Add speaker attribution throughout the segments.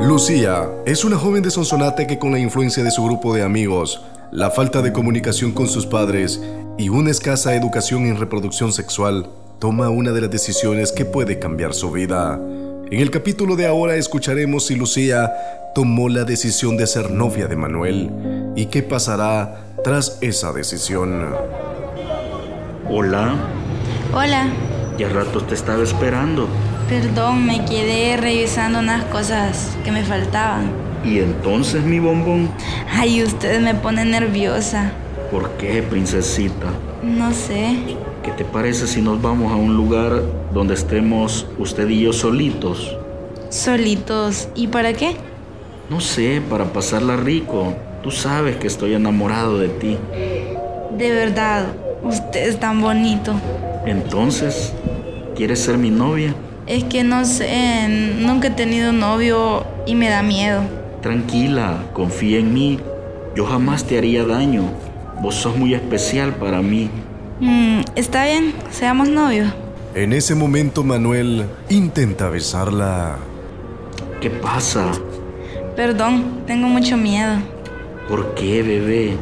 Speaker 1: Lucía es una joven de Sonsonate que con la influencia de su grupo de amigos, la falta de comunicación con sus padres y una escasa educación en reproducción sexual, toma una de las decisiones que puede cambiar su vida. En el capítulo de ahora escucharemos si Lucía tomó la decisión de ser novia de Manuel y qué pasará tras esa decisión.
Speaker 2: Hola,
Speaker 3: Hola,
Speaker 2: ya rato te estaba esperando.
Speaker 3: perdón, me quedé revisando unas cosas que me faltaban.
Speaker 2: Y entonces, mi bombón,
Speaker 3: Ay, usted me pone nerviosa.
Speaker 2: ¿por qué, princesita?
Speaker 3: No sé.
Speaker 2: ¿Qué te parece si nos vamos a un lugar donde estemos usted y yo solitos?
Speaker 3: Solitos. ¿Y para qué?
Speaker 2: No sé, para pasarla rico. Tú sabes que estoy enamorado de ti.
Speaker 3: De verdad, usted es tan bonito.
Speaker 2: Entonces, ¿quieres ser mi novia?
Speaker 3: Es que no sé, nunca he tenido novio y me da miedo.
Speaker 2: Tranquila, confía en mí. Yo jamás te haría daño. Vos sos muy especial para mí.
Speaker 3: Mm, Está bien, seamos novios.
Speaker 1: En ese momento Manuel intenta besarla.
Speaker 2: ¿Qué pasa?
Speaker 3: Perdón, tengo mucho miedo.
Speaker 2: ¿Por qué, bebé?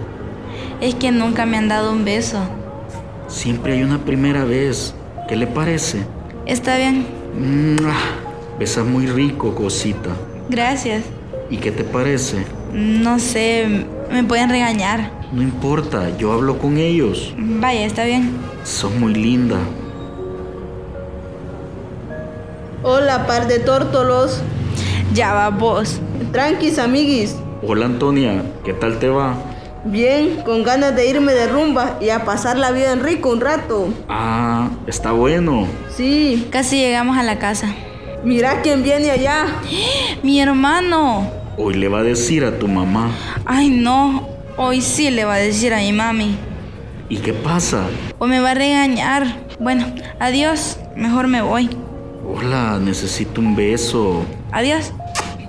Speaker 3: Es que nunca me han dado un beso.
Speaker 2: Siempre hay una primera vez. ¿Qué le parece?
Speaker 3: Está bien,
Speaker 2: ¡Mua! Besas muy rico, cosita.
Speaker 3: gracias.
Speaker 2: ¿Y qué te parece?
Speaker 3: No sé, me pueden regañar.
Speaker 2: No importa, yo hablo con ellos.
Speaker 3: Vaya, está bien.
Speaker 2: Sos muy linda.
Speaker 4: Hola, par de tórtolos.
Speaker 3: Ya va vos.
Speaker 4: Tranquis, amiguis.
Speaker 2: Hola Antonia, ¿qué tal te va?
Speaker 4: Bien, con ganas de irme de rumba y a pasar la vida en rico un rato.
Speaker 2: Ah, está bueno.
Speaker 4: Sí,
Speaker 3: Casi llegamos a la casa.
Speaker 4: mira quién viene allá.
Speaker 3: Mi hermano.
Speaker 2: Hoy le va a decir a tu mamá.
Speaker 3: Ay, no. Hoy sí le va a decir a mi mami.
Speaker 2: ¿Y qué pasa?
Speaker 3: O me va a regañar. Bueno, adiós. Mejor me voy.
Speaker 2: Hola, necesito un beso.
Speaker 3: Adiós.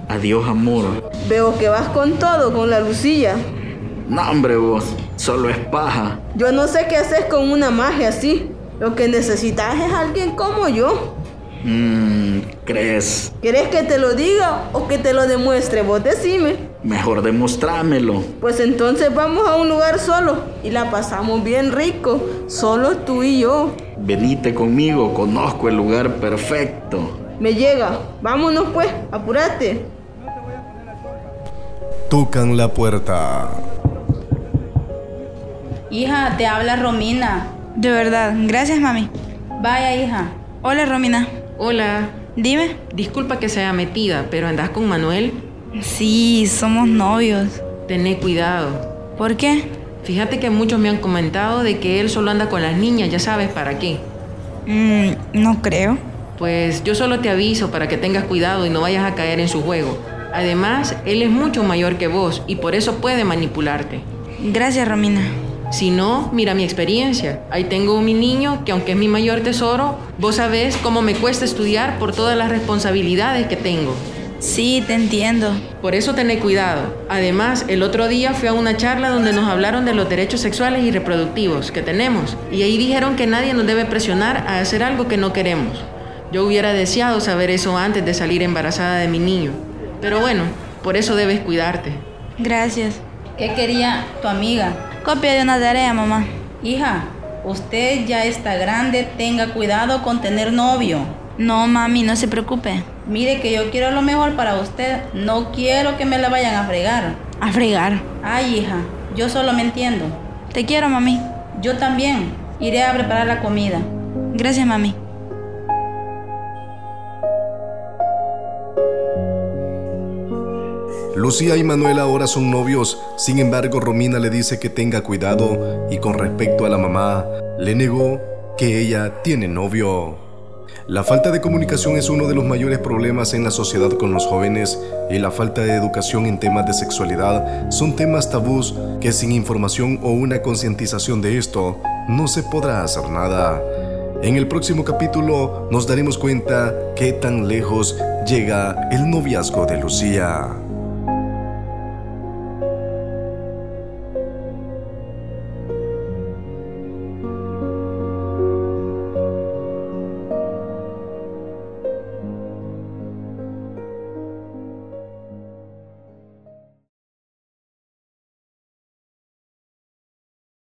Speaker 2: Adiós, amor.
Speaker 4: Veo que vas con todo, con la Lucía.
Speaker 2: No, hombre, vos. Solo es paja.
Speaker 4: Yo no sé qué haces con una magia así. Lo que necesitas es alguien como yo.
Speaker 2: Mmm, ¿crees?
Speaker 4: ¿Quieres que te lo diga o que te lo demuestre? Vos decime.
Speaker 2: Mejor demostrámelo.
Speaker 4: Pues entonces vamos a un lugar solo y la pasamos bien rico, solo tú y yo.
Speaker 2: Venite conmigo, conozco el lugar perfecto.
Speaker 4: Me llega, vámonos pues, apúrate.
Speaker 1: Tocan la puerta.
Speaker 5: Hija, te habla Romina.
Speaker 3: De verdad. Gracias, mami.
Speaker 5: Vaya, hija.
Speaker 3: Hola, Romina.
Speaker 6: Hola,
Speaker 3: Dime.
Speaker 6: disculpa que sea metida, pero andás con Manuel.
Speaker 3: Sí, somos novios.
Speaker 6: Tené cuidado.
Speaker 3: ¿Por qué?
Speaker 6: Fíjate que muchos me han comentado de que él solo anda con las niñas, ya sabes para qué.
Speaker 3: Mm, no creo.
Speaker 6: Pues yo solo te aviso para que tengas cuidado y no vayas a caer en su juego. Además, él es mucho mayor que vos y por eso puede manipularte.
Speaker 3: Gracias, Romina.
Speaker 6: Si no, mira mi experiencia. Ahí tengo mi niño que aunque es mi mayor tesoro, vos sabés cómo me cuesta estudiar por todas las responsabilidades que tengo.
Speaker 3: Sí, te entiendo.
Speaker 6: Por eso tené cuidado. Además, el otro día fui a una charla donde nos hablaron de los derechos sexuales y reproductivos que tenemos. Y ahí dijeron que nadie nos debe presionar a hacer algo que no queremos. Yo hubiera deseado saber eso antes de salir embarazada de mi niño. Pero bueno, por eso debes cuidarte.
Speaker 3: Gracias.
Speaker 5: ¿Qué quería tu amiga?
Speaker 3: Copia de una tarea, mamá.
Speaker 5: Hija, usted ya está grande, tenga cuidado con tener novio.
Speaker 3: No, mami, no se preocupe.
Speaker 5: Mire que yo quiero lo mejor para usted, no quiero que me la vayan a fregar.
Speaker 3: A fregar.
Speaker 5: Ay, hija, yo solo me entiendo.
Speaker 3: Te quiero, mami.
Speaker 5: Yo también iré a preparar la comida.
Speaker 3: Gracias, mami.
Speaker 1: Lucía y Manuel ahora son novios, sin embargo Romina le dice que tenga cuidado y con respecto a la mamá, le negó que ella tiene novio. La falta de comunicación es uno de los mayores problemas en la sociedad con los jóvenes y la falta de educación en temas de sexualidad son temas tabús que sin información o una concientización de esto no se podrá hacer nada. En el próximo capítulo nos daremos cuenta qué tan lejos llega el noviazgo de Lucía.